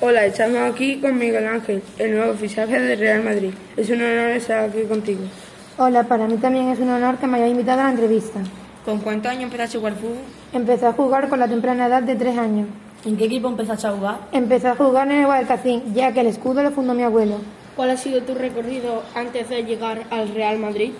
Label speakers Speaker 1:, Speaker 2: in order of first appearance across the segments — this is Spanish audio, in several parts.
Speaker 1: Hola, estamos aquí con Miguel Ángel, el nuevo fichaje de Real Madrid. Es un honor estar aquí contigo.
Speaker 2: Hola, para mí también es un honor que me hayáis invitado a la entrevista.
Speaker 3: ¿Con cuántos años empezaste a jugar fútbol?
Speaker 2: Empecé a jugar con la temprana edad de tres años.
Speaker 3: ¿En qué equipo empezaste a jugar?
Speaker 2: Empecé a jugar en el Guadalcacín, ya que el escudo lo fundó mi abuelo.
Speaker 4: ¿Cuál ha sido tu recorrido antes de llegar al Real Madrid?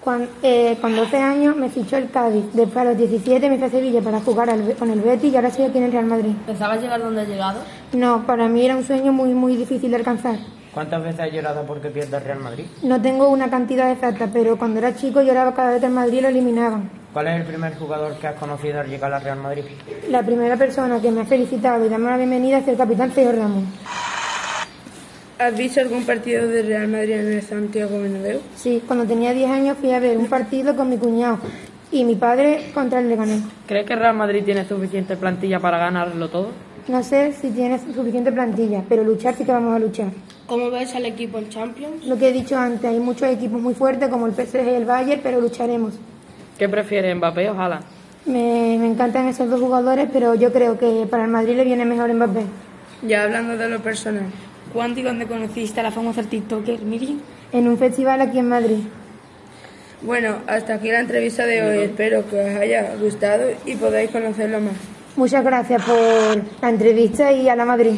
Speaker 2: Cuan- eh, con 12 años me fichó el Cádiz, después a los 17 me fui a Sevilla para jugar al Be- con el Betis y ahora estoy aquí en el Real Madrid.
Speaker 3: ¿Pensabas llegar donde has llegado?
Speaker 2: No, para mí era un sueño muy muy difícil de alcanzar.
Speaker 5: ¿Cuántas veces has llorado porque pierdas Real Madrid?
Speaker 2: No tengo una cantidad exacta, pero cuando era chico lloraba cada vez que el Madrid lo eliminaban.
Speaker 5: ¿Cuál es el primer jugador que has conocido al llegar al Real Madrid?
Speaker 2: La primera persona que me ha felicitado y dado la bienvenida es el capitán Sergio Ramos.
Speaker 1: ¿Has visto algún partido de Real Madrid en el Santiago Bernabéu?
Speaker 2: Sí, cuando tenía 10 años fui a ver un partido con mi cuñado y mi padre contra el Leganés.
Speaker 6: ¿Crees que Real Madrid tiene suficiente plantilla para ganarlo todo?
Speaker 2: No sé si tienes suficiente plantilla, pero luchar sí que vamos a luchar.
Speaker 4: ¿Cómo ves al equipo en Champions?
Speaker 2: Lo que he dicho antes, hay muchos equipos muy fuertes como el PSG y el Bayern, pero lucharemos.
Speaker 6: ¿Qué prefiere Mbappé o Haaland?
Speaker 2: Me, me encantan esos dos jugadores, pero yo creo que para el Madrid le viene mejor Mbappé.
Speaker 1: Ya hablando de lo personal,
Speaker 3: ¿Cuándo y dónde conociste a la famosa TikToker Miriam?
Speaker 2: En un festival aquí en Madrid.
Speaker 1: Bueno, hasta aquí la entrevista de hoy. Espero que os haya gustado y podáis conocerlo más.
Speaker 2: Muchas gracias por la entrevista y a la Madrid.